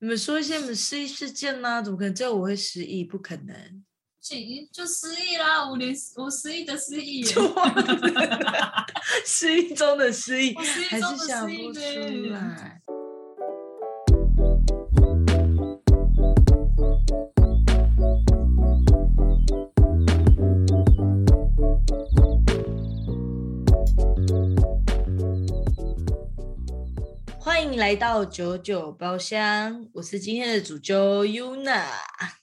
你们说一些你们失忆事件呐、怎么可能只有我会失忆？不可能。就就失忆啦，我连我失忆的失忆耶， 失忆中的失忆我失还忆中是的想失不忆出 呢。来。欢迎来到九九包厢，我是今天的主揪 Yuna。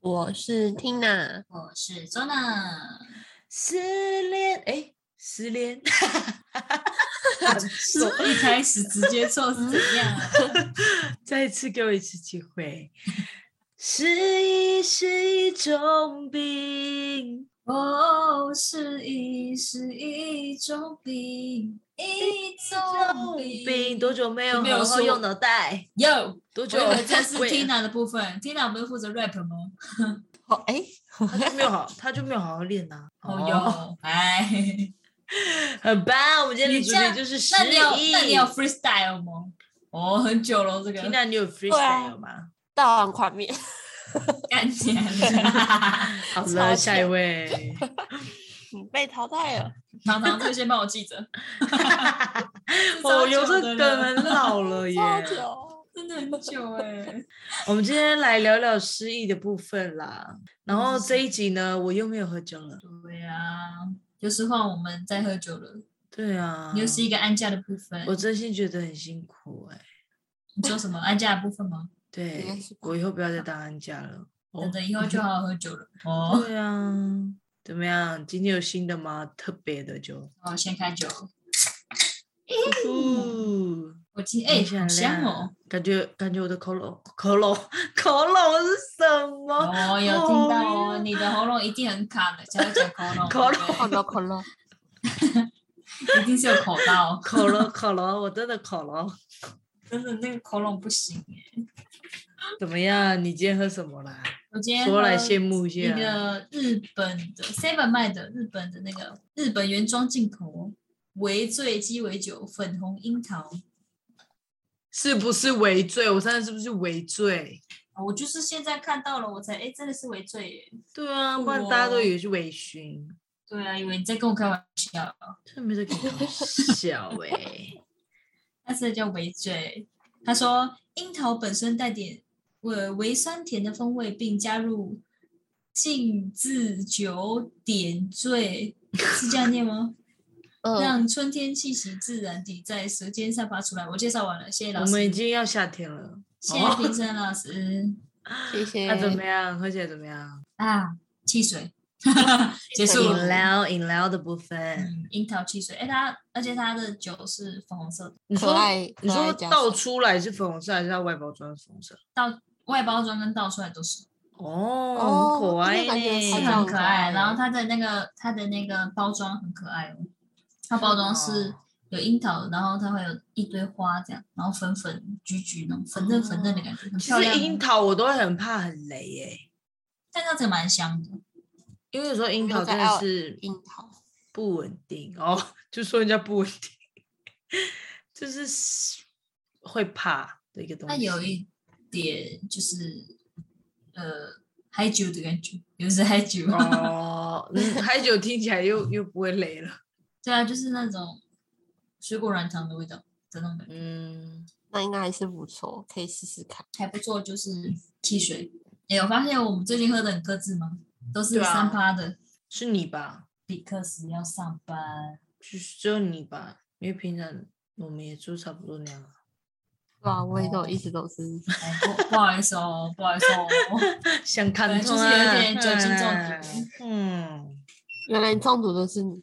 我是 Tina，我是 Zona，失恋，哎，失恋， 一开始直接错是怎 样啊？再一次给我一次机会。失忆是一种病，哦，失忆是一种病，一种病多久没有没有好好说用脑袋？ ？Yo，多我久以为这是喂 Tina 的 部分，Tina 不是负责 rap 吗？哦，哎， 他就没有好，他就没有好好练呐、哦，哟，哎，很棒。我们今天的你主这样题就是失那你有那你忆有。freestyle 吗？哦，很久了这个，缇娜，你有啊 freestyle 吗？大碗宽面，干起来 了，好超了，强下一位。 你被淘汰了。常常这些帮我记 着。哦，有这这梗很老了耶。超久， 真的很久哎、我们今天来聊聊失忆的部分啦。嗯然后这一集呢，我又没有喝酒了。对啊，就是换我们在喝酒了，对啊，又是一个安家的部分。我真心觉得很辛苦哎、你说什么安家的部分吗？对该是吧我以后不要再当安家了。等着以后就好好喝酒了。 哦，对啊，怎么样？今天有新的吗？特别的酒？好，哦先开酒。呜、我今哎、很好香哦！！感觉感觉我的喉咙喉 咙喉咙是什么？哦，有听到哦哦，你的喉咙一定很卡的，才会讲 喉咙，喉咙可对乐可乐，一定是有 口到，口咙口咙，我真的口咙真的那个喉咙不行哎。怎么样？你今天喝什么啦？我今天说来喝羡慕一一下。个日本的 Seven 卖的日本的那个日本原装进口微醉鸡尾酒粉红樱桃，是不是微醉？我现在是不是微醉？啊我就是现在看到了，我才哎、诶真的是微醉耶。对啊，不然我大家都以为是微醺。对啊，以为你在跟我开玩笑，真的没在跟你开玩笑哎、但是叫微醉。他说樱桃本身带点呃微酸甜的风味，并加入浸渍酒点缀，是这样念吗？ 嗯，让春天气息自然地在舌尖散发出来。我介绍完了，谢谢老我师。们已经要夏天了，谢谢评审老师谢谢。那、怎么样？喝起来怎么样？ 啊，汽水结束饮了。料，饮料的部分，嗯，樱桃汽水，哎、它而且它的酒是粉红色的，你可说爱？你可爱说加倒上出来是粉红色，还是它外包装是粉红色？外包装跟倒出来都是，哦，很可哦爱真的感觉呢是是这样很子可爱。然后它的那个它的那个包装很可爱哦，它包装是哦有樱桃，然后它会有一堆花这样，然后粉粉橘橘那种粉嫩粉嫩的感觉，很其漂亮实哦。樱桃我都会很怕很雷耶、但它这个蛮香的，因为有时候樱没有桃在真的澳是樱桃，不稳定哦，就说人家不稳定， 就是会怕的一个东它西。有一点就是呃嗨酒的感觉，有是嗨酒。哦，嗯海酒听起来又又不会雷了。对啊，就是那种水果软糖的味道的那种感觉，嗯，那应该还是不错，可以试试看。还不错。就是汽水，哎，我发现我们最近喝的很克制吗？都是对啊三趴的。是你吧？比克斯要上班，就是只有你吧，因为平常我们也就差不多那样啊。对啊，我也都哦一直都是哎不 不好意思哦，不好意思哦，嗯想看对就是通有啊点酒精中嗯，原来中毒的是你，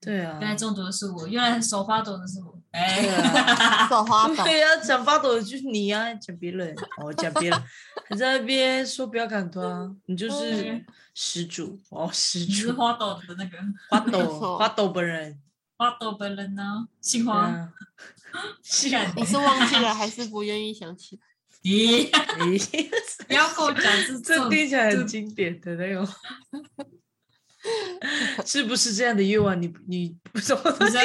对啊原。来中毒的是我，原来手发抖的是我，对哎，啊手花粉，对啊，讲发抖的就是你啊，讲别人哦，讲别人，你在那边说不要赶他，你就是嗯始祖哦，始你是祖花抖的那个花没抖错花抖本人，花抖本人呢，杏对 花，啊， 是干你是忘记了还是不愿意想起？咦，哎 不要跟我讲是这种听起来很经典的那种，是不是这样的愿望？你你不什么？你知道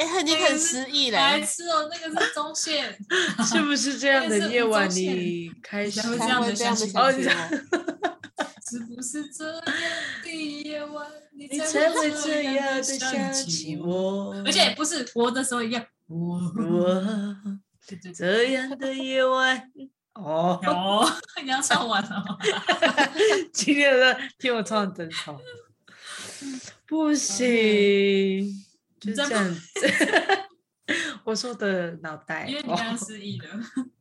哎、你那个很是失忆嘞，白痴哦，那个是中线，是不是这样那个的是夜吴宗晚宪你开始才会这才样会的这样相的信哦想你起知我。是不是这样的夜晚，你你才才会这样的的想起。我，而且不是我的时候一样，我我对对对，这样的夜晚。哦， 有 你要唱完哦。今天的听我唱真吵，不行，就这你在样子。 我说我的脑袋，因为你哦刚刚失忆了，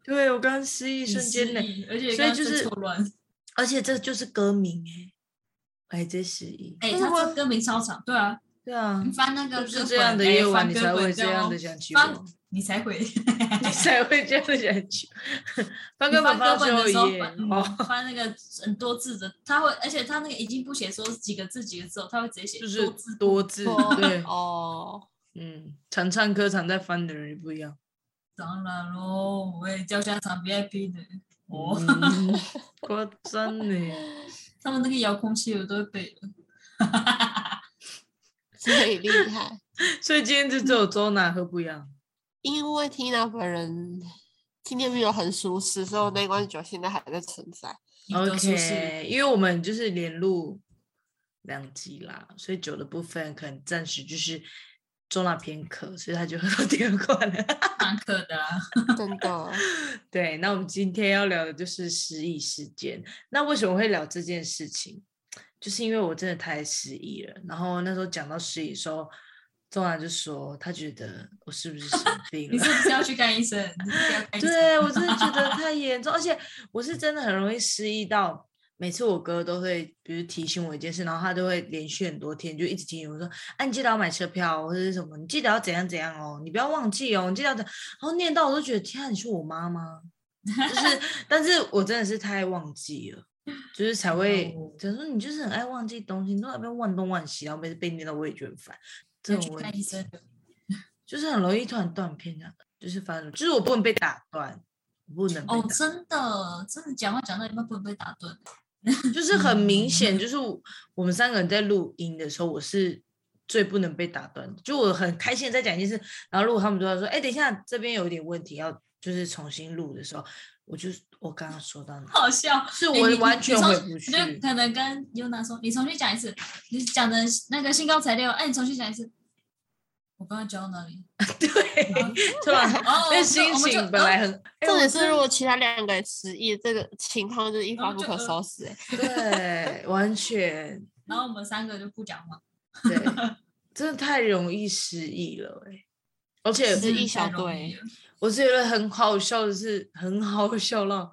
对我刚刚失忆一瞬间呢，而且所以刚刚就是是错乱。而且这就是歌名哎，我还在失忆。哎、但是他我这歌名超长，对啊，对啊你，翻那个就是歌本，这样的哎夜翻晚，你歌才本会这对样哦的想起翻我，你才会。你才会这样的想起我。 翻你根翻本歌翻本的时候一页翻，哦，嗯翻那个很多字的，他会，而且他那个已经不写说几个字几个字哦，他会直接写就是多字部多字，对，哦，嗯，常唱歌常在翻的人就不一样。当然喽，我也叫家常 VIP 的。哦，嗯， 夸张呢。他们那个遥控器我都会背了。所以厉害，所以今天就只有周哪和不一样。因为 Tina 本人今天没有很舒适，所以我那罐酒现在还在存在。你的舒适 OK，因为我们就是连录两集啦，所以酒的部分可能暂时就是周娜偏渴，所以他就 喝到第二罐了。蛮可的啊， 真的，对，那我们今天要聊的就是失忆事件。那为什么会聊这件事情？就是因为我真的太失忆了。然后那时候讲到失忆的时候，周娜就说她觉得我是不是生病 你了是？不是要去看医生？你是不是要看医生？对我真的觉得太严重，而且我是真的很容易失忆到。每次我哥都会，比如提醒我一件事，然后他都会连续很多天就一直提醒我说：“啊，你记得要买车票哦或者是什么，你记得要怎样怎样哦，你不要忘记哦，你记得要怎。”然后念到我都觉得天啊，你是我妈吗？ 就是，但是我真的是太忘记了，就是才会哦，只能说你就是很爱忘记东西，你都在那边忘东忘西，然后每次被念到我也觉得很烦，这要种去问看题医生。就是很容易突然断片这样，就是反正就是我不能被打断，我不能被哦，打真的，真的讲话讲到一半不能被打断。就是很明显，就是我我们三个人在录音的时候，我是最不能被打断的。就我很开心地在讲一件事，然后如果他们都在说，哎、等一下这边有一点问题，要就是重新录的时候，我就我刚刚说到哪，好笑，是哦哎你我你完你全重回新不去就可能跟尤娜说，你重新讲一次，你讲的那个兴高采烈哦，哎，你重新讲一次。我刚刚讲到 哪里？对， 然后突然哦，那心情本来很，哎重我点是真如果其他两个人失忆，这个情况就是一然后发不就可呃 收拾、欸。对，完全然后我们三个就不讲话，对，真的太容易失忆了、哎，而且失忆真的小太容易队了， 我觉得很好笑的是，很好笑到。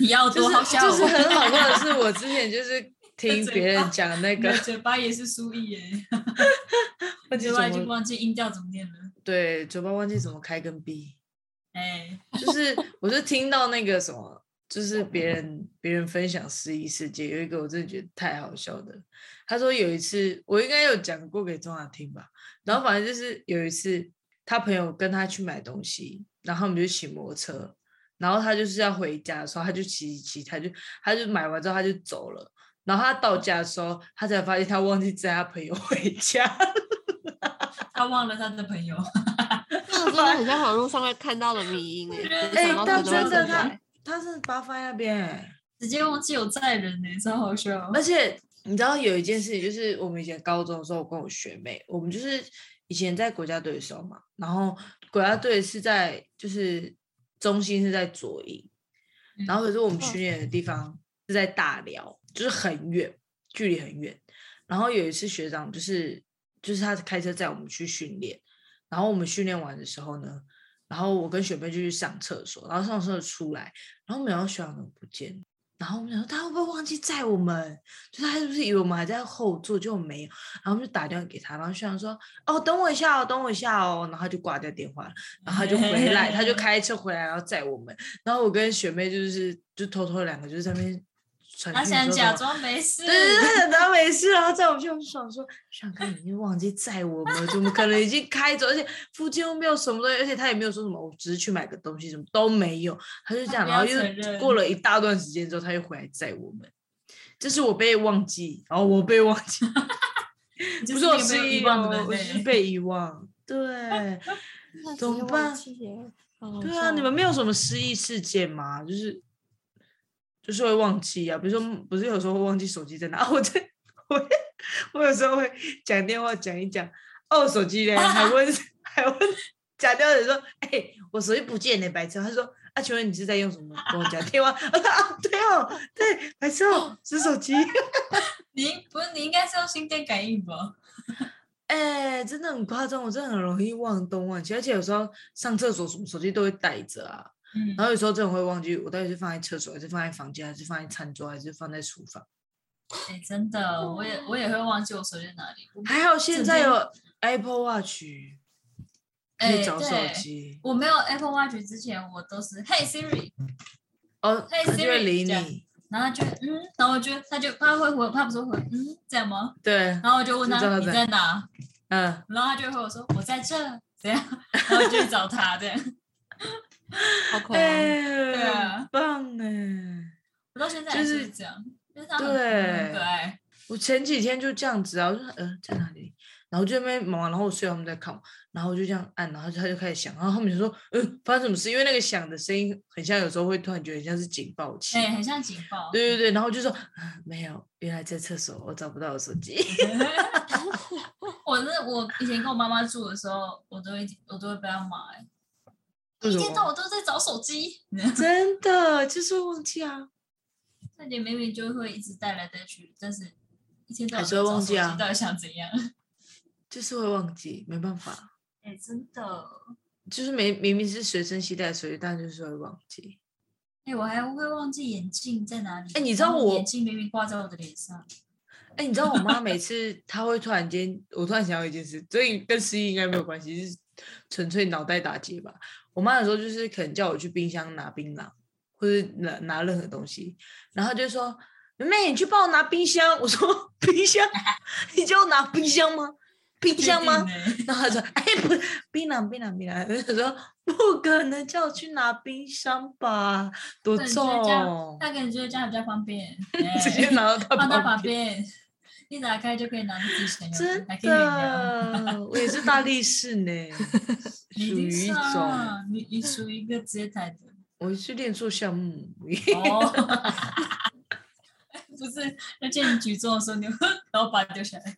你要就多好是笑，哦就是很好 笑的是，我之前就是听嘴别巴人讲那 你个的，嘴巴也是输 液耶，忘记嘴巴已怎经么忘记音调怎么念了。对嘴巴忘记怎么开跟闭，哎，就是我就听到那个什么，就是别人别人分享失忆世界，有一个我真的觉得太好笑的。他说有一次我应该有讲过给钟雅听吧，然后反正就是有一次他朋友跟他去买东西，然后我们就骑摩托车，然后他就是要回家的时候，他就骑骑，他就他就买完之后他就走了。然后他到家的时候，他才发现他忘记载他朋友回家。他忘了他的朋友， 这个真的很像网络上会看到的迷音、欸，哎、哎想到但谁都会真的存在他他是八方那边、欸直接忘记有在人呢，超好笑。而且你知道有一件事情，就是我们以前高中的时候，我跟我学妹，我们就是以前在国家队的时候嘛，然后国家队是在就是中心是在左营，嗯然后可是我们嗯训练的地方是在大寮，就是很远，距离很远。然后有一次学长就是就是他开车载我们去训练，然后我们训练完的时候呢，然后我跟学妹就去上厕所，然后上厕所出来，然后没有学长怎么不见了？然后我们想说他会不会忘记载我们？就他是不是以为我们还在后座，就没有？然后我们就打电话给他，然后学长说：“哦，等我一下哦，等我一下哦。”然后他就挂掉电话了，然后他就回来，他就开车回来，然后载我们。然后我跟学妹就是就偷偷两个就是在那边传他讯想说假什么。装没事对，对对，他想当没事，然后在我们就很爽说，想看已经忘记载我们了，怎么可能已经开走？而且附近又没有什么东西，而且他也没有说什么，我只是去买个东西，什么都没有，他就这他样，不然后要承又认过了一大段时间之后，他又回来载我们。这是我被忘 记，然后我被忘记，你就不是我那个失被忆遗忘的哦，人我是类。被遗忘。 对，那怎直么接忘办记耶好好对啊，笑你哦们没有什么失忆事件吗？就是就是会忘记啊，比如说不是有时候会忘记手机在哪，啊、我在我我有时候会讲电话讲一讲，哦手机嘞，还 问还问假掉人说，哎、我手机不见了，白痴哦，他说。啊，请问你是在用什么跟我讲电话？ 我说啊，对哦，对，白痴哦，是手机。你不是你应该是用心电感应吧？ 哎、真的很夸张，我真的很容易忘东忘西，而且有时候上厕所手手机都会带着啊。嗯然，后有时候真的会忘记，我到底是放在厕所，还是放在房间，还是放在餐桌，还是放在厨房？哎、真的，我也我也会忘记我手机在哪里。我还好现整在天有 Apple Watch，可以哎找手对机。我没有 Apple Watch 之前，我都是 Hey Siri，哦，嘿它就会，Siri，理这样你。然后他就嗯，然后我就他就他会回，他不是回嗯这样吗？对，然后我就问就知道他他你在在哪，嗯，然后他就会回我说我在这，这样， 然后就去找他这样。好可哎爱。哦对啊很棒哎！我到现在就还是是这样，就是他很对很可爱。我前几天就这样子啊，我就说呃在哪里，然后就在那边忙完，然后我睡，他们在看我，然后我就这样按，然后他就开始响，然后他们就说嗯发生什么事，因为那个响的声音很像，有时候会突然觉得很像是警报器。哎、很像警报。对对对，然后我就说啊没有，原来在厕所，我找不到我手机。 我那我以前跟我妈妈住的时候，我都会我都会被她骂、欸，为一什天到么？晚都在找手机， 真的就是会忘记啊，那你明明就会一直带来带去，但是一天到晚还是会都在忘找记啊手机到底想怎样？就是会忘记，没办法， 哎、真的，就是没明明是随身携带的手机，但就是会忘记。哎、我还会忘记眼镜在哪里。哎你知道然后我眼镜明明挂在我的脸上，哎，你知道我妈每次她会突然间，我突然想到一件事，所以跟失忆应该没有关系，是纯粹脑袋打结吧。我妈有时候就是可能叫我去冰箱拿槟榔，或者拿拿任何东西，然后她就说：“妹妹，你去帮我拿冰箱。”我说：“冰箱？你叫我拿冰箱吗？冰箱吗？”确定欸然后他说：“哎，不，槟榔，槟榔，槟榔。”我就说：“不可能，叫我去拿冰箱吧，多对你觉得这样重！”大概你觉得这样比较方便，直接哎拿到他放在旁旁边，边， 一打开就可以拿去自己想要真还可以原谅。的，我也是大力士 呢，你属于定一是种，啊你你属于一个职业台的。 我是练做项目， 哦， 不是，而且你举重的时候，你然后把它 丢下来，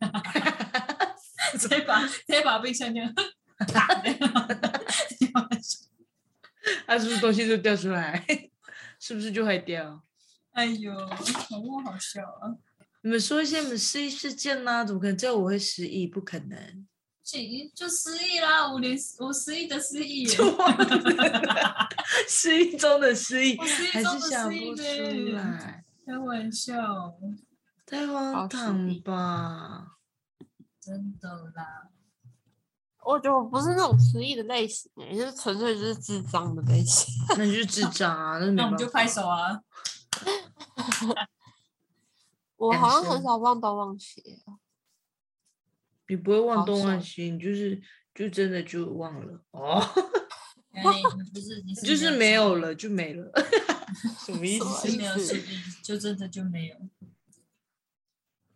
直接把直接把冰箱丢，打掉。 他是不是东西就掉出来？ 是不是就会掉？哎呦，好不好笑啊！你们说一些你们失忆事件啦、怎么可能叫我会失忆？不可能， 就就失忆啦，我连我失忆的失忆耶，就忘了失忆中的失忆我，失还忆中是的想失不忆出嘞， 来。开玩笑，太好荒失唐礼吧！真的啦，我觉得我不是那种失忆的类型，也就是纯粹就是智障的类型。那你就是智障啊，那没 那办我们就拍 手啊！我两好像很声少忘东忘西，欸你不会忘好东忘爽西，你就是就真的就忘了哦，哎，你不是你就是没失有忆了就没了， 什么意什么思是？没有意思失忆，就真的就没有。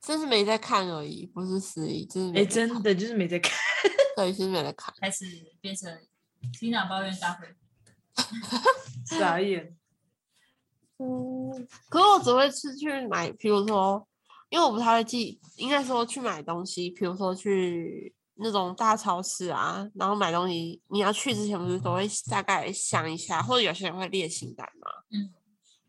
真是没在看而已，不是失忆，就是哎、没在真看的就是没在看， 对，就是没在看。开始变成 Tina 抱怨大会。傻眼。嗯，可是我只会是去买，比如说，因为我不太会记，应该说去买东西，比如说去那种大超市啊，然后买东西，你要去之前不是都会大概想一下，或者有些人会列清单嘛。嗯。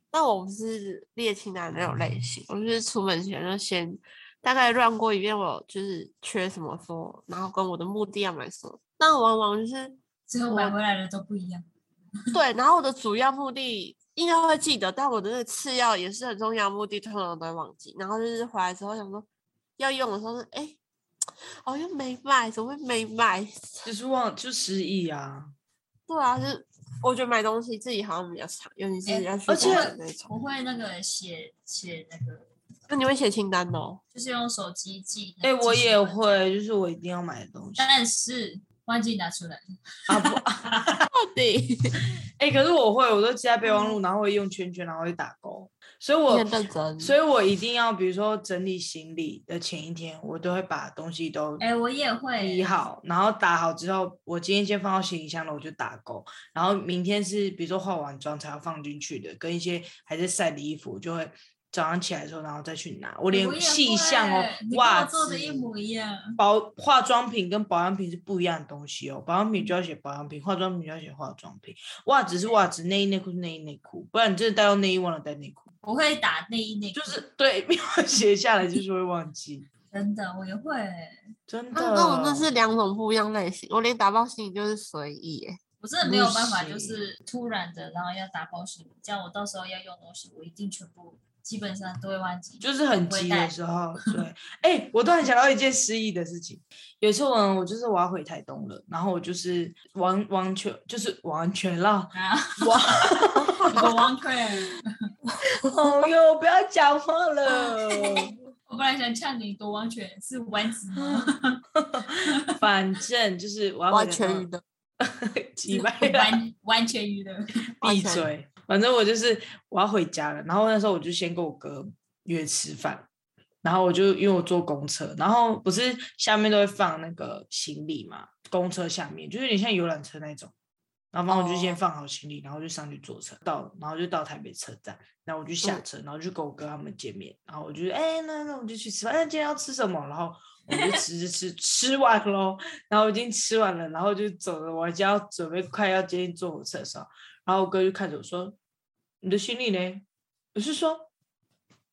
但我不是列清单的那种类型，我就是出门前就先大概乱过一遍，我就是缺什么说，然后跟我的目的要买什么。但往往就是最后买回来的都不一样。对，然后我的主要目的应该会记得，但我的那个次要也是很重要的目的，通常都会忘记。然后就是回来之后想说要用的时候是，哎，哦又没买，怎么会没买？就是忘就失忆啊，对啊，就是我觉得买东西自己好像比较长，尤其诶是要去哎而公且司那我种，会那个写写那个，那你会写清单的哦。就是用手机记。哎、我也记事本。会，就是我一定要买的东西，但是忘记拿出来了。啊不，到底哎、可是我会，我都记在备忘录，然后会用圈圈，然后会打勾，所以我很认真，所以我一定要，比如说整理行李的前一天，我都会把东西都哎、我也会理，好，然后打好之后，我今天先放到行李箱了，我就打勾。然后明天是比如说化完妆才要放进去的，跟一些还在晒的衣服，我就会早上起来的时候，然后再去拿。我连我也细项哦会你，跟袜我做子的一模一样。保化妆品跟保养品是不一样的东西哦，保养品就要写保养品，化妆品就要写化妆品，袜子是袜子，内衣内裤是内衣内裤，不然你真的带到内衣忘了带内裤，我会打内衣内裤，就是对， 没有写下来就是会忘记，真的，我也会。真的。那那我那是两种不一样类型，我连打包行李就是随意、欸，我真的没有办法，不行就是突然的，然后要打包行李，这样我到时候要用的东西，我一定全部基本上都会忘记。就是很不会急带的时 候，对，哎、我突然想到一件失忆的事情。有一次我我就是我要回台东了，然后我就是完完全就是完全了，啊，哇，我忘记了。哦哟，不要讲话了， 我本来想呛你夺王权是丸子吗？反正就是我要回完台全东娱乐，几百 完完全娱乐。完闭全嘴！反正我就是我要回家了，然后那时候我就先跟我哥约吃饭，然后我就因为我坐公车，然后不是下面都会放那个行李嘛，公车下面就是有点像游览车那种，然后反正我就先哦放好行李，然后就上去坐车到了，然后就到台北车站，然后我就下嗯车，然后就跟我哥他们见面，然后我就说哎、那那我们就去吃饭，那今天要吃什么？然后我们就吃吃吃吃完喽，然后已经吃完了，然后就走了，我就要准备快要接近坐火车的时候，然后我哥就看着我说：“你的行李呢？”我是说：“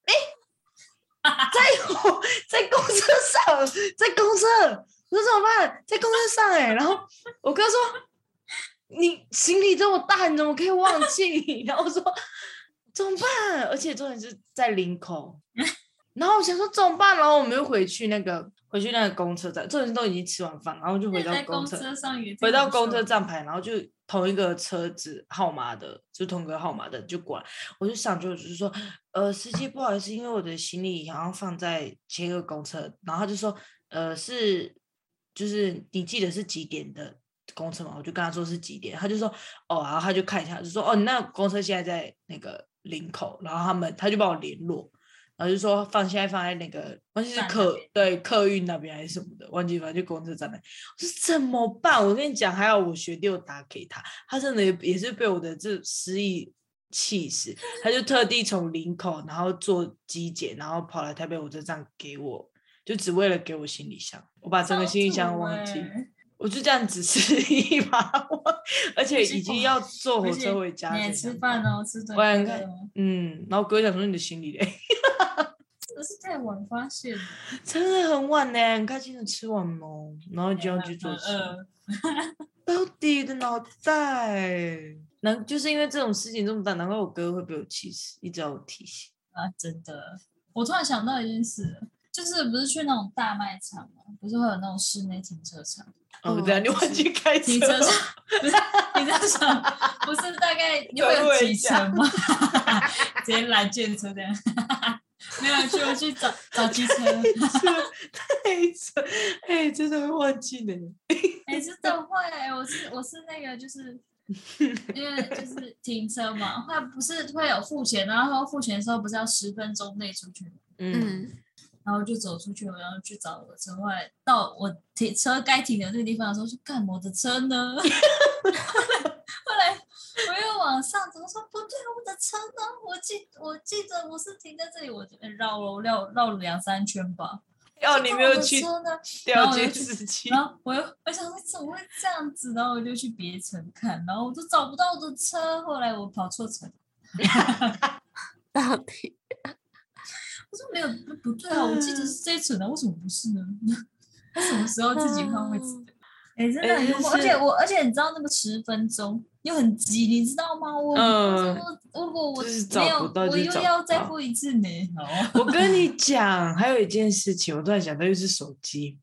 哎、在我在公车上，在公车，我说怎么办？在公车上哎、然后我哥说：“你行李这么大，你怎么可以忘记？” 然后我说：“怎么办？”而且重点是在林口。然后我想说怎么办？然后我们又回去那个回去那个公车站，重点是都已经吃完饭，然后就回到在公公车。车上也回到公车车，站牌，然后就同一个车子号码的，就同个号码的就过来。我就想就就是说，呃，司机不好意思，因为我的行李好像放在前一个公车，然后他就说，呃，是就是你记得是几点的公车吗？我就跟他说是几点，他就说哦，然后他就看一下，就说哦，你那个公车现在在那个林口，然后他们他就帮我联络。然后就说放现在放在那个忘记是站那客边对客运那边还是什么的，忘记反正就公车站那我说怎么办？我跟你讲，还好我学弟有打给他，他真的也也是被我的这失忆气死，他就特地从林口，然后坐机检，然后跑来台北火车站给我，就只为了给我行李箱。我把哦整个行李箱欸忘记，我就这样子 失忆吧，我而且已经要坐火而且车回家才你还能吃到饭。哦，吃顿我想饭看哦。嗯，然后哥想说你的行李嘞，真的是太晚发现了，真的很晚呢，很开心的吃完哦，然后就要去做很事。饿。到底的脑袋，难就是因为这种事情这么大，难怪我哥会被我气死，一直要我提醒。啊，真的。我突然想到一件事，就是不是去那种大卖场嘛，不是会有那种室内停车场？哦，哦对啊，你忘记开车停车 了，场不是停车场，不是大概你会等我有一几下层吗？ 直接拦建车这样。 没有去，我去找找机车。开车，哎，真的会忘记呢。哎、真的会，我是我是那个 就是。因为就是停车嘛，会不是会有付钱，然后付钱的时候不是要十分钟内出去吗嗯，嗯，然后就走出去，然后去找我的车。后来到我停车该停的那个地方的时候，说干我的车呢？后 来我又往上走，说不对，啊我的车呢？我记我记得我是停在这里，我就绕了绕绕了两三圈吧。要哦你没我有的去车呢？然掉后我就监去视器，然后我又我想说怎么会这样子？然后我就去别层看，然后我都找不到我的车。后来我跑错层，到底我说没有不对啊，我记得是这一层的，为什么不是呢？ 他什么时候自己换位置的？哎、真的哎很真恐怖，而是且我，而且你知道那个十分钟又很急，你知道吗？我、嗯我如果我就是没找有不到，我就又找要不再到付一次呢。 哦， 我跟你讲，还有一件事情，我突然想到，就是手机。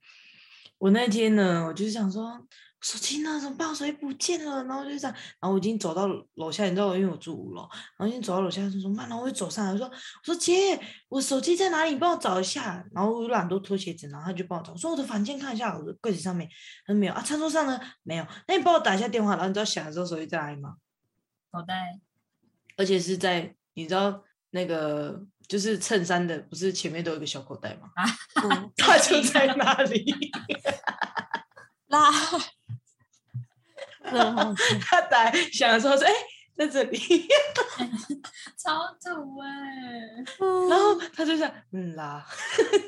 我那天呢，我就想说，手机呢？怎么办？我手机不见了。”然后就这样，然后我已经走到楼下，你知道，因为我住五楼，然后已经走到楼下，就说：“慢，然后我就走上来，我说：“我说姐，我手机在哪里？你帮我找一下。”然后我懒惰脱鞋子，然后他就帮我找。我说：“我的房间看一下，我的柜子上面，他说没有啊，餐桌上呢没有。那你帮我打一下电话。”然后你知道响的时候手机在哪里吗？口袋而且是在你知道那个就是衬衫的，不是前面都有一个小口袋吗？ 嗯，它就在那里。啦， 真的好笑他打想说说，哎、在这里， 超土哎、嗯然后他就想，嗯啦，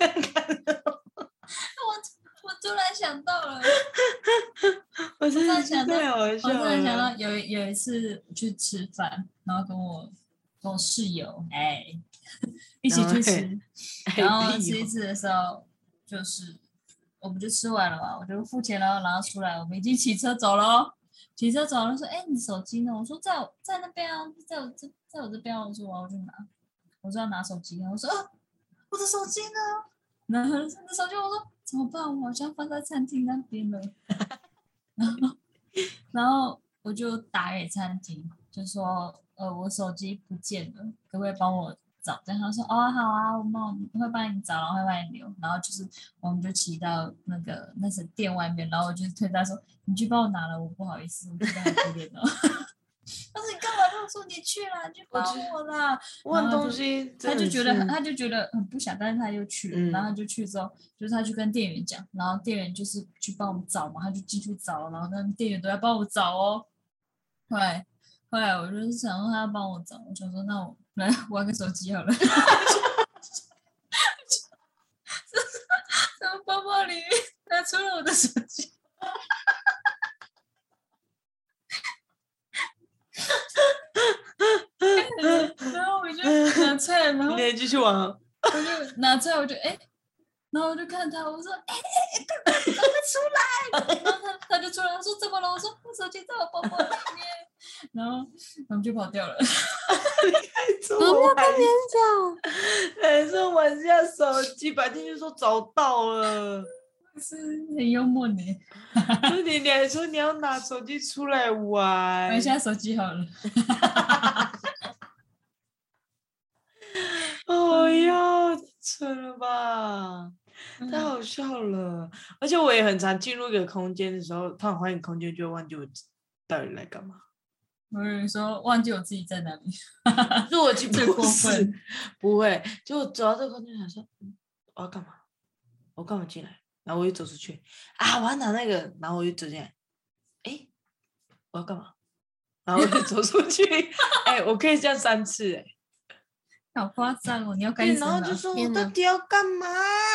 我突然想到了，我真的的哎想是到太好我笑突然想了。到有一有一次去吃饭，然后跟我跟我室友哎、一起去吃，然后哎吃屁一哦次的时候就是我们就吃完了嘛，我就付钱了，然后出来我们已经骑车走了哦，骑车走了说哎、你手机呢？我说在我在那边啊，在我这在我这边啊，我说我要去拿，我说要拿手机啊，我说啊我的手机呢？然后他的手机我说怎么办？我好像放在餐厅那边了。 然后我就打给餐厅，就说呃我手机不见了，可不可以帮我找？然后他说哦好啊，我帮我会帮你找，然后会帮你留。然后就是我们就骑到那个那是店外面，然后我就推他说你去帮我拿了，我不好意思，我知道不见了。哦 他说你干嘛跟我说你去啦，你去我帮觉得我啦。问然后东就西他真的，就是觉得很，他就觉得很不想，但是他又去了，然嗯后他就去之后，就是他去跟店员讲，然后店员就是去帮我们找嘛，他就进去找，然后他们店员都在帮我找哦。后来，后来我就是想说他要帮我找，我想说那我来玩个手机好了， 就是从包包里面拿出了我的手机。 然后我就拿出来，然后你也继续玩啊，我就拿出来，我就哎、然后我就看他，我说哎哎哎，赶、快赶快出来！然后 他他就出来，他说怎么了？我说我手机在我包包里面， 然后我们就跑掉了。 说怎 么我跟别人讲？还说玩一下手机，白天就说找到了， 是很幽默呢，就你你还说你要拿手机出来买玩 一，下手机好了。哎呀，太蠢了吧！太嗯哎好笑了，而且我也很常进入一个空间的时候，突然换一个空间就会忘记我自到底来干嘛。我有人说忘记我自己在哪里，啊可是我其实最不过是分，不会，就我走到这个空间想说，嗯我要干嘛？我干嘛进来？然后我又走出去啊，我要拿那个，然后我又走进来，哎，我要干嘛？然后我又走出去，哎、我可以这样三次、哎，好夸张哦！你要干对，什然么后？就说我天到哪底要干嘛？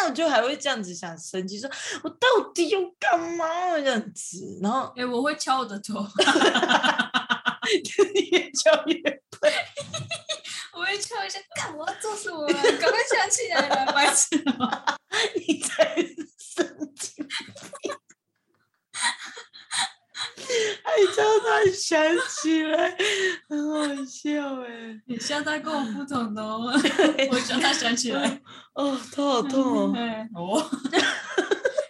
我就还会这样子想生气，说我到底要干嘛？这样子，然后哎、我会敲我的头， 越教越我会敲一下，干，我要揍死我了！啊赶快想起来了，白痴！你才是神经病，还叫他想起来，很好笑哎、你像他跟我不同的哦， 我叫他想起来。哦，头好痛哦。哎哦，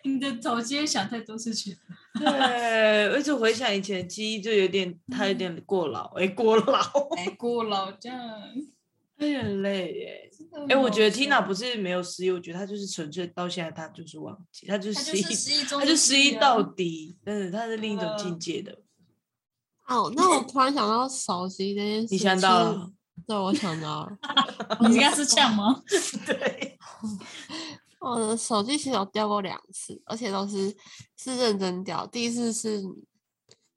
你的头今天想太多事情了，对，而且回想以前的记忆，就有点他有点过劳，哎、过劳，哎，过劳这样。他有点累耶。真的很哎、我觉得好 Tina 笑不是没有失忆，我觉得她就是纯粹到现在她就是忘记，她就他失就忆，是失忆中，她就失忆到。底，真的，她是另一种呃境界的。哦，那我突然想到手机这件事，你想到了？？对，我想到了。 你应该是呛吗？ 对，我的手机其实有掉过两次，而且都是是认真掉。第一次是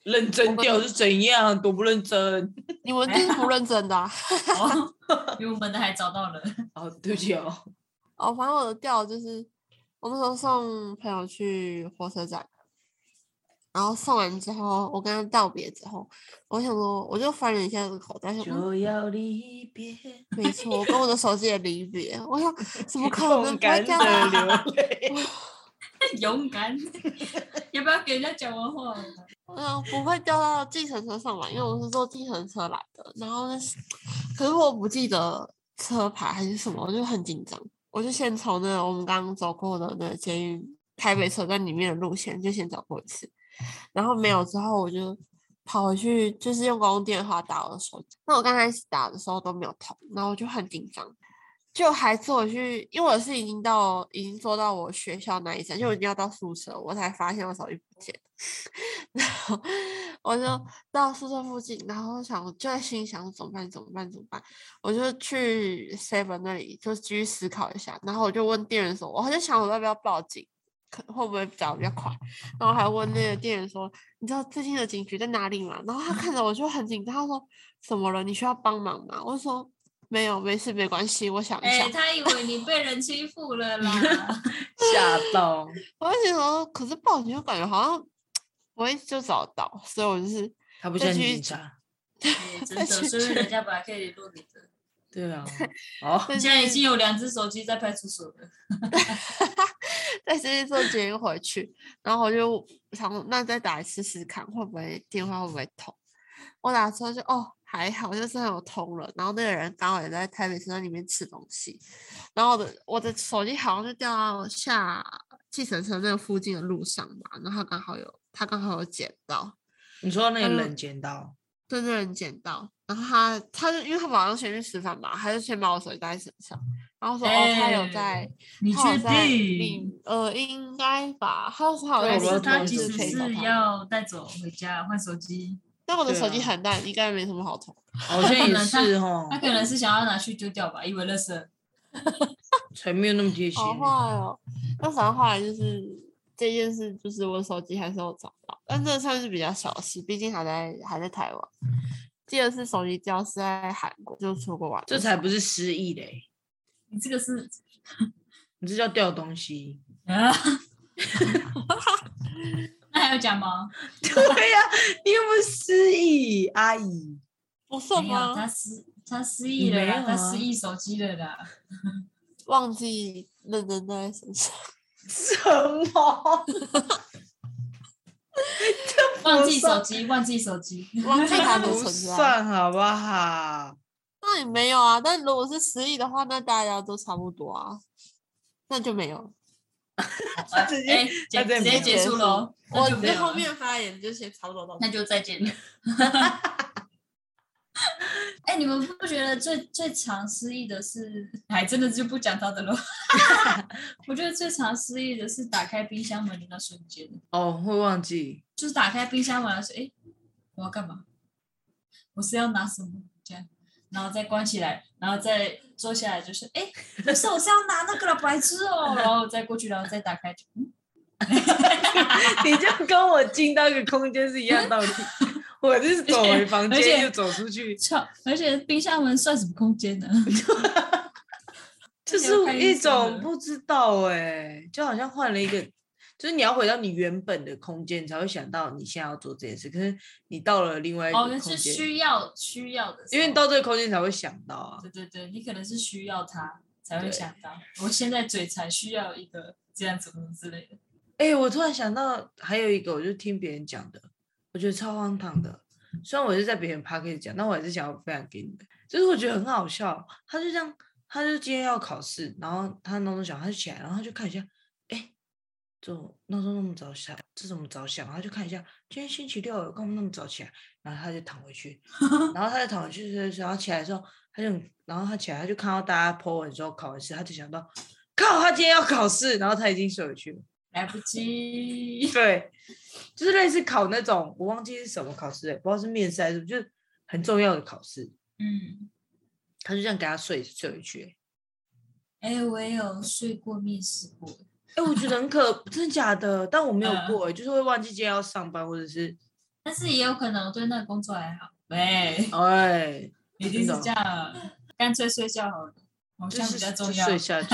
认真掉是怎样？多不认真？你 们就是不认真的啊、哦，比我们的还找到了。哦，对不起哦。哦，反正我的掉就是我那时候送朋友去火车站，然后送完之后，我跟他道别之后，我想说，我就翻了一下这个口袋，想说嗯就要离别，没错，我跟我的手机也离别。我想，怎么 可能勇不会敢这样啊的 流泪。 勇敢，要不要给人家讲完话？嗯，不会掉到计程车上来，因为我是坐计程车来的。然后呢，可是我不记得车牌还是什么，我就很紧张。我就先从那个我们刚刚走过的那个监狱台北车站里面的路线，就先走过一次。然后没有之后，我就跑回去，就是用公用电话打我的手机。那我刚开始打的时候都没有痛，然后我就很紧张，就还是我去，因为我是已经到已经坐到我学校那一站，就我已经要到宿舍，我才发现我手机不见了。然后我就到宿舍附近，然后想就在心想怎么办？怎么办？怎么办？我就去 Seven 那里，就继续思考一下。然后我就问店员说，我就想我要不要报警，可会不会找比较快？然后还问那个店员说，你知道最近的警局在哪里吗？然后他看着我就很紧张，他说怎么了？你需要帮忙吗？我就说没有，没事，没关系，我想一哎、下。他以为你被人欺负了 啦，吓到，我就想说，可是报警就感觉好像不会就找到，所以我就是他不再像继续警讲察。哎真的，所以人家本来可以联络你的，对啊，哦，最现在已近经有两只手机在派出所了。在直接坐捷运回去，然后我就想说那再打一次试试看，会不会电话会不会通？我打出来就哦还好，就是有通了。然后那个人刚好也在台北车站里面吃东西，然后我的我的手机好像就掉到下计程车那个附近的路上吧，然后他刚好有他刚好有捡到，你说那他个就冷剪刀，对那个人捡到，然后他他就因为他晚上先去吃饭吧，他就先把我手机带在身上，然后说、哦他有在哎。你他确有在定？领？呃，应该吧。他说好对我还像是要做是他一其次实可以找是他要带走回家换手机？但我的对手机啊很烂，应该没什么好捅。好像也能他是 哦他，可能是想要拿去丢掉吧，以为垃圾。才没有那么贴心好。坏啊哦。 那反正后来就是这件事，就是我手机还是有找到，但这算是比较小的事，毕竟还在还在台湾。第二次手机掉是在韩国，就出国玩的时这候。才不是失忆嘞，你这个是你这叫掉东西。 啊？那还要讲吗？对呀、你有没有失忆，阿姨？不算没有，啊他吗？失他失忆了没有啦，啊他失忆手机了啦。忘记认真带在身 上。什么？忘记算手机，忘记手机。忘记它这 的不存在算好不好？那也没有啊。但如果是十亿的话，那大家都差不多啊。那就没有。哎，直接哎他结直接直接结束喽。那我就没在有后了，面发言就先差不多到这。那就再见 了。哎，你们不觉得最最常失忆的是，还真的就不讲他的了。 我觉得最常失忆的是打开冰箱门的那瞬间。哦，会忘记。就是打开冰箱门，然后说：“哎，我要干嘛？我是要拿什么？”这样，然后再关起来，然后再坐下来，就是：“哎，不是，我是要拿那个了，白痴哦！”然后再过去，然后再打开，就嗯， 你就跟我进到一个空间是一样道 理。我就是走回房而且间就走出去，操！而且冰箱门算什么空 间呢？就而且又是看一医生种了不知道哎、就好像换了一个，就是你要回到你原本的空间，你才会想到你现在要做这件事。可是你到了另外一个哦，空是间，需要需要的时候，因为你到这个空间才会想到啊。对对对，你可能是需要它才会对想到，我现在嘴馋，需要一个这样子之类的。哎、我突然想到还有一个，我就听别人讲的，我觉得超荒唐的。虽然我是在别人 p o d c a s 讲，但我还是想要分享给你们，就是我觉得很好笑。他就这样，他就今天要考试，然后他闹钟响，他就起来，然后他就看一下，哎、怎么闹钟那么早响？这怎么早响？他就看一下，今天星期六，干嘛那么早起来？然后他就躺回去，然后他就躺回去睡睡睡，然后起来的时候，他就很，然后他起来，他就看到大家 po 文之后考完试，他就想到，靠，他今天要考试，然后他已经睡回去了。来不及，对，就是类似考那种，我忘记是什么考试了，不知道是面试还是什么，就是很重要的考试。嗯。他就这样给他睡睡回去、哎、我也有睡过面试过，哎、我觉得很可，真的假的？但我没有嗯过、欸，就是会忘记今天要上班，或者是但是也有可能我对那个工作还好。喂，哎，一定是这样，干脆睡觉好了，好就像是比较就重要。睡下去，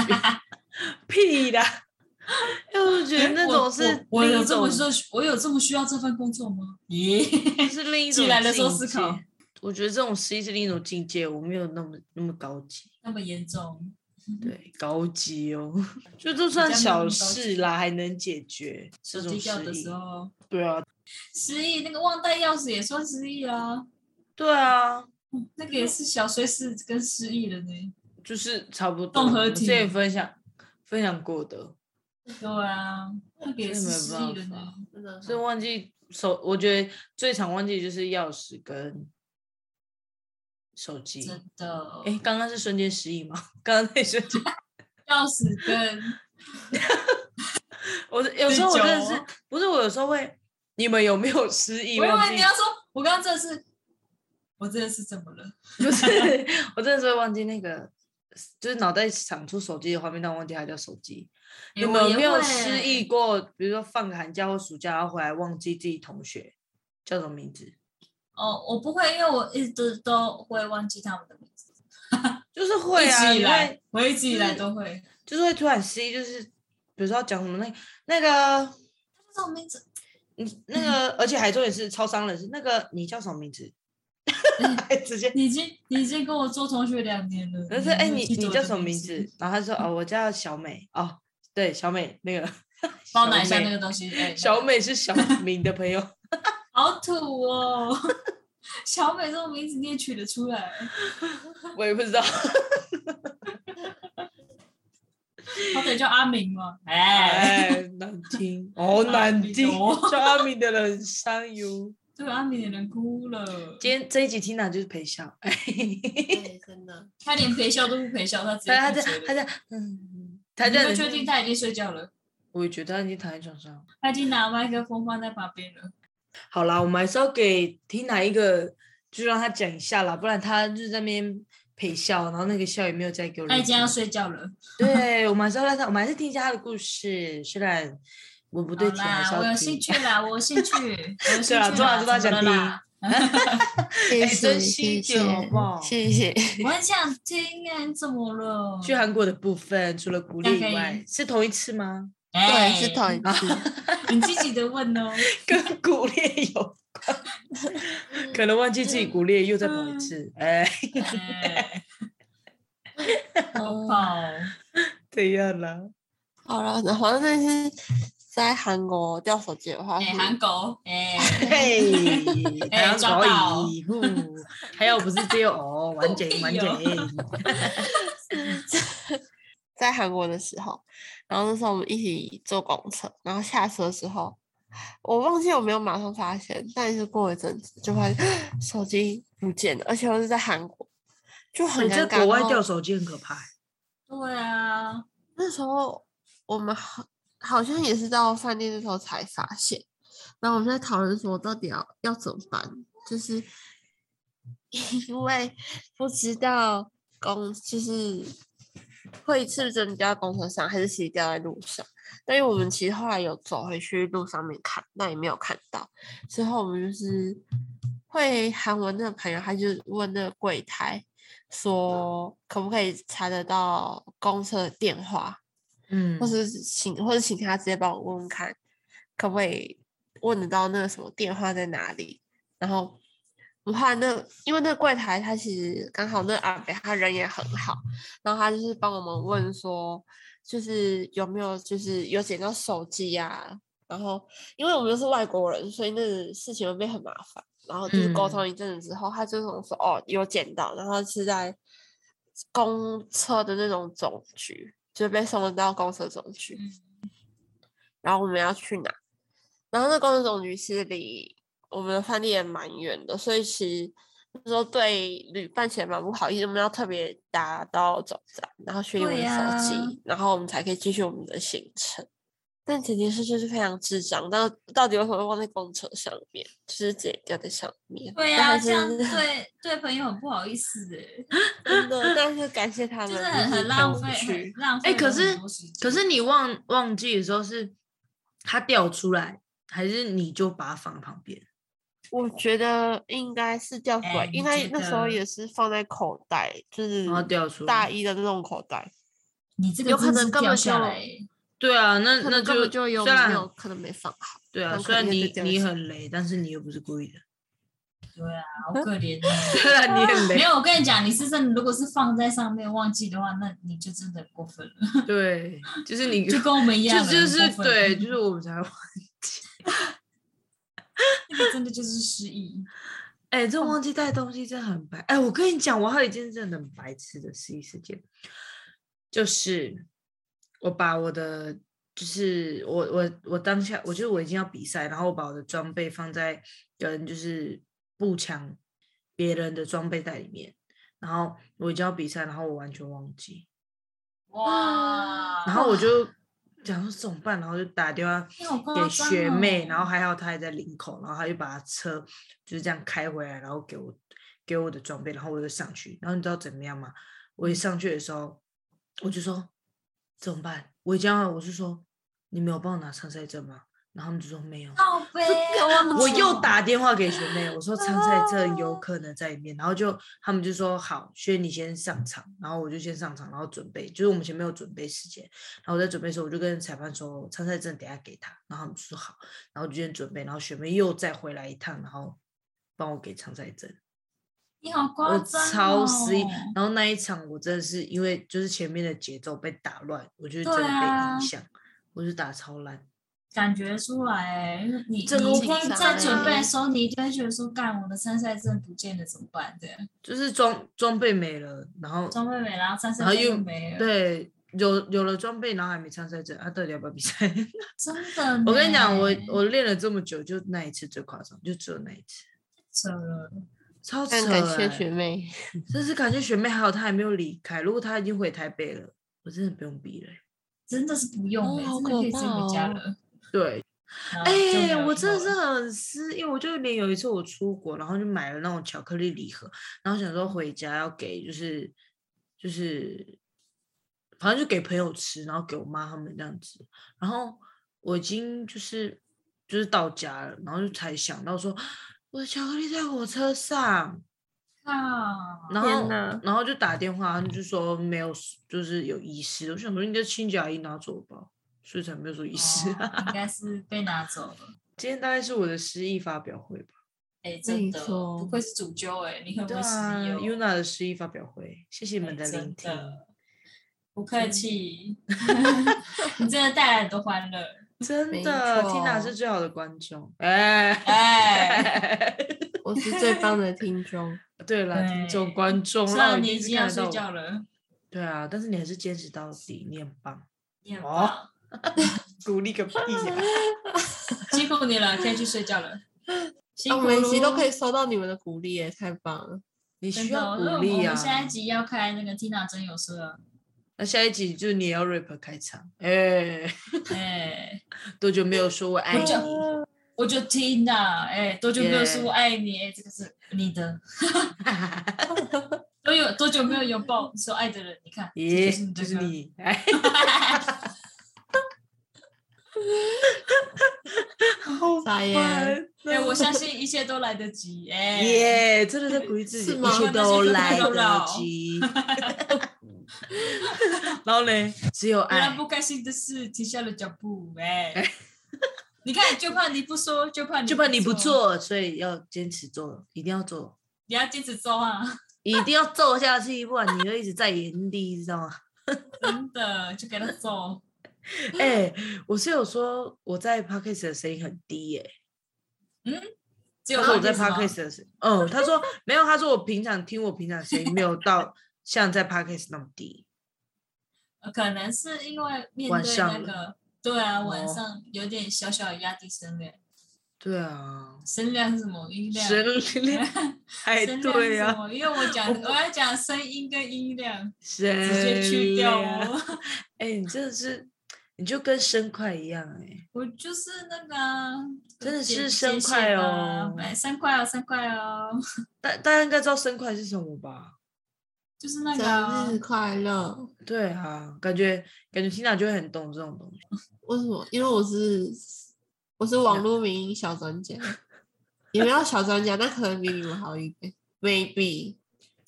屁啦！哎，我觉得哎那我种是我我另有一这么种，说，我有这么需要这份工作吗？咦， 就是另一起种来的时候境思考界。我觉得这种失忆是另一种境界，我没有那么那么高级。那么严重？对，高级哦， 就就算嗯较没有那小么高事级啦，还能解决这手种机掉失的时忆。候对啊，失忆，那个忘带钥匙也算失忆啊，对啊，那个也是小碎事跟失忆了呢。就是差不多。综合我之前体嗯分享分享过的，对啊，那给真的十没四办亿了呢法。真的所以很忘记手，我觉得最常忘记就是钥匙跟手机。真的，哎，刚刚是瞬间失忆吗？刚刚那一瞬 间，钥 匙跟我是有时候我真的自是救不是我有时候会，你们有没有失忆？哦我以忘为记你要说，我刚刚真的是，我真的是怎么了？不是， 我真的是会忘记那个，就是脑袋想出手机的画面，但我忘记它叫手机。你诶们有没有失忆？过？比如说放个寒假或暑假，然后回来忘记自己同学叫什么名字，我也会哦，我不会，因为我一直都会忘记他们的名字。就是会啊，嗯一直以你会来，我一直以来就是都会。就是会突然失忆，就是比如说要讲什么那那个。这种名字，你那个，嗯而且还重点是超伤人，是那个你叫什么名字？嗯 还直接，你已经你已经跟我做同学两年了。但是哎，还没你嗯有记得你我叫的什么名字？然后他说哦，我叫小美哦，对，小美那个 帮我拿一下小美那个东西。哎 小美是小明的朋友，好土哦！ 小美这种名字你也取得出来，我也不知道。好歹叫阿明嘛。哎， 哎，难听， 好难听阿 米哦，叫阿明的人很伤哟。这个阿明的人哭了，今天这一集听到就是陪笑，哎，对，真的。他连陪笑都不陪笑，他直接哎他他在拒绝了他在嗯，他你在有没有确定，他已经睡觉了，我也觉得他已经躺在床上了。他已经拿麦克风放在旁边了。好啦，我们还是要给 Tina 一个，就让她讲一下啦，不然她就是在那边陪笑，然后那个笑也没有再给我。他已经要睡觉了。对，我们还是要让她，我们还是听一下她的故事，虽然我不对好题，还啦是，要我听。有兴趣啦，我有兴趣，我 有兴趣对啦做啦啦，做啦怎么了啦？ 谢哎谢，珍惜谢一点好谢不好，谢谢。我很想听啊，你怎么了？去韩国的部分，除了鼓大励以概外，是同一次吗？哎对，是 头一次。你积极的问哦。跟骨裂有关， 可能忘记自己骨裂，又再跑一次。哎，哎好跑哦，怎样啦？嗯好了，然后那是在韩国掉手机的话哎，是，韩狗，哎，嘿，哎台湾抓到国语，呼还有不是只有哦，完整完屁哦整。在韩国的时候，然后那时候我们一起坐公车，然后下车之后，我忘记我没有马上发现，但是过一阵子就发现 手机不见了，而且又是在韩国，就很你在尴尬。国然外后掉手机很可怕欸，对啊，那时候我们好好像也是到饭店的时候才发现，然后我们在讨论说到底要要怎么办，就是 因为不知道公就是会是真的掉在公车上，还是其实掉在路上。但因为我们其实后来有走回去路上面看，但也没有看到。之后我们就是会韩文的朋友，他就问那个柜台说，可不可以查得到公车的电话，嗯或是请或者请他直接帮我问问看，可不可以问得到那个什么电话在哪里？然后我怕那因为那个柜台他其实刚好那个阿北他人也很好，然后他就是帮我们问说，就是有没有就是有捡到手机呀、然后因为我们又是外国人，所以那个事情会变很麻烦。然后就是沟嗯通一阵子之后，他就跟我说哦有捡到，然后是在公车的那种总局，就被送到公车总局。嗯然后我们要去哪？然后那公司总局其实离我们的饭店也蛮远的，所以其实那时候对旅伴其实蛮不好意思，我们要特别打到总站，然后确定我们对的手机，呀然后我们才可以继续我们的行程。但整件事就是非常智障，到到底为什么会忘在公车上面？就是直接掉在上面。对但啊，还这样是对对朋友很不好意思哎， 真的，但是感谢他就们，是很很看浪我费，们很去。浪费哎可了是很多时间。可是你忘忘记的时候是它掉出来，还是你就把它放旁边？我觉得应该是掉出来，哎哦应你该觉那时候得也是放在口袋，就是然后掉出嗯大来？一的那种口袋，你这个有可真的能是根掉本下就来欸，对啊，那可那能根本就有虽没然有可能没放好。对啊，很虽可然能就你掉你下来很雷，但是你又不是故意的，对啊，好可怜 哦。虽然你很没 雷，有，我跟你讲，你是真的，如果是放在上面忘记的话，那你就真的很过分了，对，就是你就跟我们一就样了，就很是过分对，就是我们才会。那个真的就是失忆。哎、这忘记带东西真的很白。哎、我跟你讲，我还有一件真的很白痴的事情事件，就是我把我的就是我我我当下，我就是我已经要比赛，然后我把我的装备放在跟就是步枪别人的装备袋里面，然后我已经要比赛，然后我完全忘记，哇！然后我就想说怎么办，然后就打电话你好夸给张学妹，然后哦还好她还在林口，然后她就把车就是这样开回来，然后给我给我的装备，然后我就上去，然后你知道怎么样吗？嗯我一上去的时候，我就说怎么办？我一讲话我是说你没有帮我拿参赛证吗？然后他们就说没有。靠背，哦我 又打电话给学妹，我说参赛啊证有可能在里面，然后就他们就说好，轩你先上场，然后我就先上场，然后准备，就是我们前面有准备时间，然后我在准备的时候，我就跟裁判说参赛证等一下给他，然后他们就说好，然后我就先准备，然后学妹又再回来一趟，然后帮我给参赛证，你好夸我张、哦，超失忆。然后那一场我真的是因为就是前面的节奏被打乱，我就是真的被对啊影响，我就打超烂。感觉出来欸，你这个你我已经不知道在欸准备的时候，你一定会觉得说，干我的参赛证不见了怎么办？这样就是装装备没了，然后装备没了，然后参赛然后证又又没了，对，有有了装备，然后还没参赛证，他、到底要不要比赛？ 真的呢。我跟你讲，嗯我我练了这么久，就那一次最夸张，就只有那一次，扯了，超扯、但欸！感谢学，妹，真是感谢学妹，还好她还没有离开。如果她已经回台北了，我真的不用比了欸、真的是不用、哦欸，好真的可以可自己回家怕哦了。对，然啊后就没哎、有我以真的后是了很失，因为我就连有一次我出国，然后就买了那种巧克力礼盒，然后想说回家要给就是就是，反正就给朋友吃，然后给我妈他们这样子。然后我已经就是就是到家了，然后就才想到说我的巧克力在火车上，靠，然天后哪然后就打电话，他们就说没有，就是有遗失。我想说你的亲戚阿姨拿走吧，所以才没有说遗失。哦应该是被拿走了。 今天大概是我的失忆发表会吧。哎、没真的，错不愧是主教哎、你很对会使啊用。 ，UNA 的诗意发表会，谢谢你们哎的聆听真。的不客气， 你真的带来很多欢乐。真没的错，Tina 是最好的观众。哎， 哎，我是最棒的 听众。对了，听众对观众，虽那我然一你定已是经要看得睡到觉我。了，对啊，但是你还是坚持到底，你很 棒，你很哦棒，鼓励个屁呀！辛苦你了，可以去睡觉了。辛啊哦我苦每集都可以以收到你们的鼓励耶，太棒了！ 你真需的要哦，鼓那我们励我啊们。下一集要开那个 Tina 真有事了。那下一集就是你也要 rap 开场。哎，哎，多久没有说我爱我你就？我就 Tina，哎，多久没有说 Yeah 我爱你？哎，这个是你 的。都有多久没有拥抱说爱的人？你看，这 耶，就就是是你的歌。你。哎，好傻眼烦 哎，我哦相信一切都来得及。哎，耶真的在鼓励自己，是一吗切都来那得就是及。然后呢，只有原来爱。不开心的事停下了脚步， 哎、你看，就怕你不说，就怕你就怕你不，做，所以要坚持做，一定要做，你要坚持做 啊！一定要做下去，不然你会一直在原地，知道吗？真的，就给他做。哎、我是有说我在 podcast 的声音很低耶、只有他说我在 podcast 吗 podcast 的声，嗯，他说没有，他说我平常听我平常声音没有到像在 podcast 那么低，呃可能是因为面晚对那上个，对啊，晚哦上有点小小的压低声量，对啊，声量是什么音量？声量， 哎，声量是对什啊，么？因为我讲我不哎我要讲声音跟音量，直直接去掉哦。哎、你真的是，你就跟生块一样哎、 我就是那个啊，真的剪是生剪线快啊哦哎，三块哦，三块哦，大大家应该知道生块是什么吧？就是那个啊生日快乐！对啊，感觉感觉 Tina 就会很懂这种东西。为什么？因为我是我是网络名音小专家，也没有小专家，但可能比你们好一点，maybe。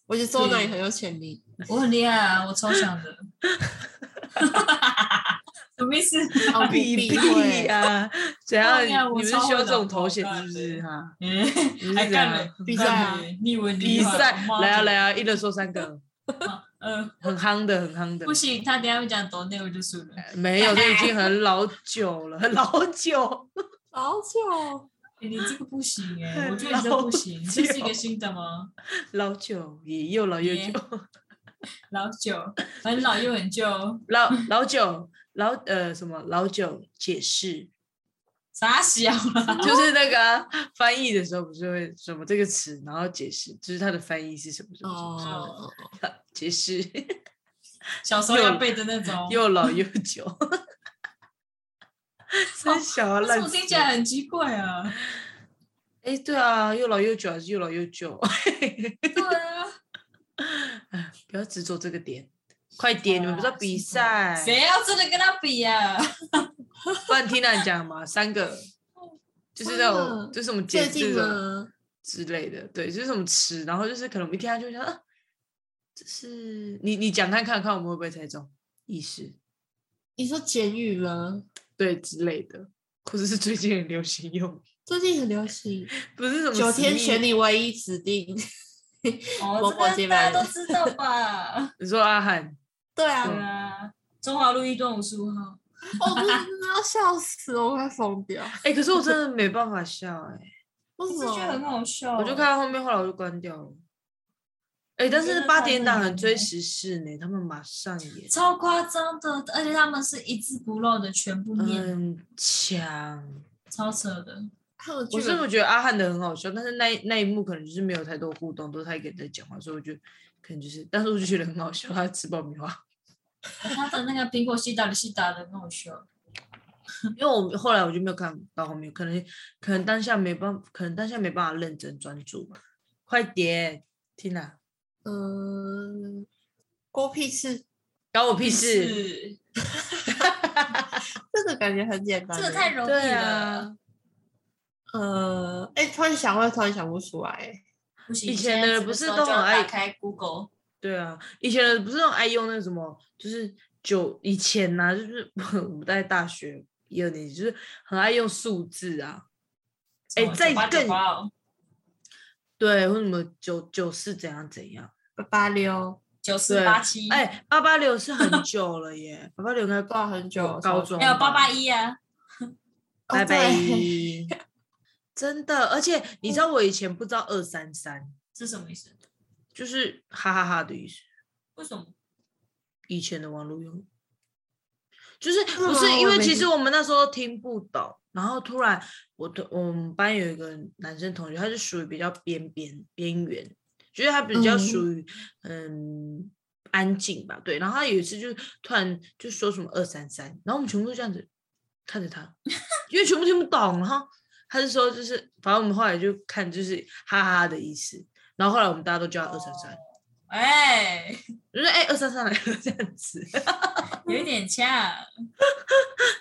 我就说那里很有潜力，我很厉害啊，我超强的。 什么意思？哎好比会比啊，怎对呀样？哦我你们是超需要会这种脑头爆衔干是不是的哈？你嗯是啊还怎干样了？比干赛了啊你以为你比厉害赛吗来啊来啊，一人说三个，嗯，很夯的，很夯的不。行，他等一下会讲抖内我就输 了。哎没有，这已经 很老久了，很老久。好久，你这个不行哎，我觉得老你这不行，这是一旧个新的吗？老久也又老又耶久。老九，反正老幼人就老老九老呃什么老九解释，傻小啊了。 就是那个啊、翻译的时候不是会什么这个词，然后解释，就是它的翻译是什么什么什么什么哦，的 解释，小时候要背的那种，又老又久。 三小啊，哦为什烂么死听起了来很奇 怪啊？哎，对啊，又老又久还是又老又久？ 对啊，不要执着这个点，快点！你们不是要比赛？谁要真啊的跟他比啊？不然听他讲嘛，三个，就是那三种，个就是什么解最释近的呢？之类的，对，就是什么词，然后就是可能我们一听他就会想，啊、这是你你讲看看看我们会不会猜中意识，你说简语吗？对之类的，或者是最近很流行用语，最近很流行不是什么九天死选命，你唯一指定。哦某，某这节个大班家都知道 吧？你说阿汉，对对啊，啊，中华路一段五十五号。我真的要笑死了，我快疯掉。哎、可是我真的没办法笑、哎，为这什句很么？好笑，哦我就看到后面，后来我就关掉了。哎、但真是的八太点累档很了欸追时事呢，他们马上也超夸张的，而且他们是一字不漏的全部念，很强。超扯的。看我我剧是本不觉得阿汉的很好笑，但是那一那一幕可能就是没有太多互动，都是他一个人在讲话，所以我觉得可能就是，但是我就觉得很好笑，他吃爆米花。 他的那个苹果西打的西打的很 好笑，因为我后来我就没有看到后面，可能可能当下没办法，可能当下没办法认真专注吧。快点，听啊，嗯，郭屁事，搞我屁事！是这个感觉很简单这欸。个太容易对了啊，，呃，哎、突然想会，突然想不出来。不行。以前的人不是都很很爱打开 Google，对啊，以前人不是那种爱用那个什么，就是九以前呐、就是我们在大学一二年级，就是很爱用数字啊。哎再更哦对，或什么九九四怎样怎样？八八六，九四八七，哎、八八六是 很久了耶，八八六应该对啊很久了高超中还有八八一，一啊，拜拜哦对。真的，而且你嗯知道我以前不知道二三三这什么意思？就是哈哈哈的意思，为什么？以前的网络用语，就是不吗是因我为没其听实我们那时候听不懂，然后突然我的我们班有一个男生同学，他是属于比较边边边缘，就是他比较嗯属于嗯安静吧，对。然后他有一次就突然就说什么二三三，然后我们全部都这样子看着 他，因为全部听不懂。然后他就说就是，反正我们后来就看就是哈哈哈的意思。然后后来我们大家都叫他二三三，哦哎，我就说哎二三三来这样子，有一点呛。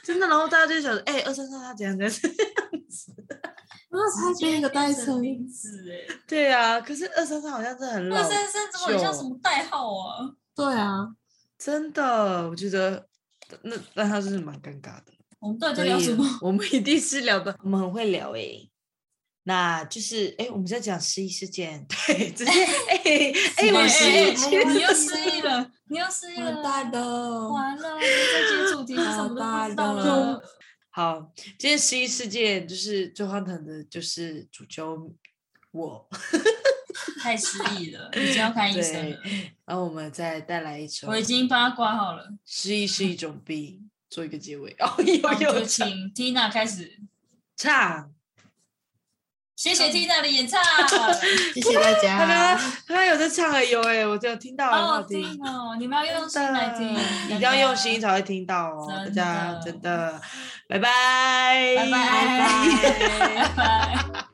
真的。然后大家就想说哎二三三他怎样怎样。怎样那才变一个代称，名字哎， 对啊，可是二三三好像是很老二，三三怎么很像什么代号啊？对啊，真的，我觉得那那他真是蛮尴尬的。我们到底在所聊以什 么？我们一定是聊的，我们很会聊诶、那就是哎诶、我们在讲失忆事件， 对，直接诶诶，我哎们失忆哎事哎件你又失忆了，你又失忆完了，蛋了。完了，这集主题是什么都不知道了。好，今天十一世界就是最荒唐的，就是主角我，太失忆了，已经要看医生了。然后我们再带来一首我已《经帮他挂 号了，失忆是一种病》做一个结尾。哦，有那我们有就请 Tina 开始。唱，谢谢 Tina 的演唱，谢谢他大 刚家。刚他有在唱哎，有哎，我只有听到，很好好好听。听啊哦！你们要用心来听，一定要用心，才会听到哦，大真家的真的，拜拜，拜拜拜拜。拜拜。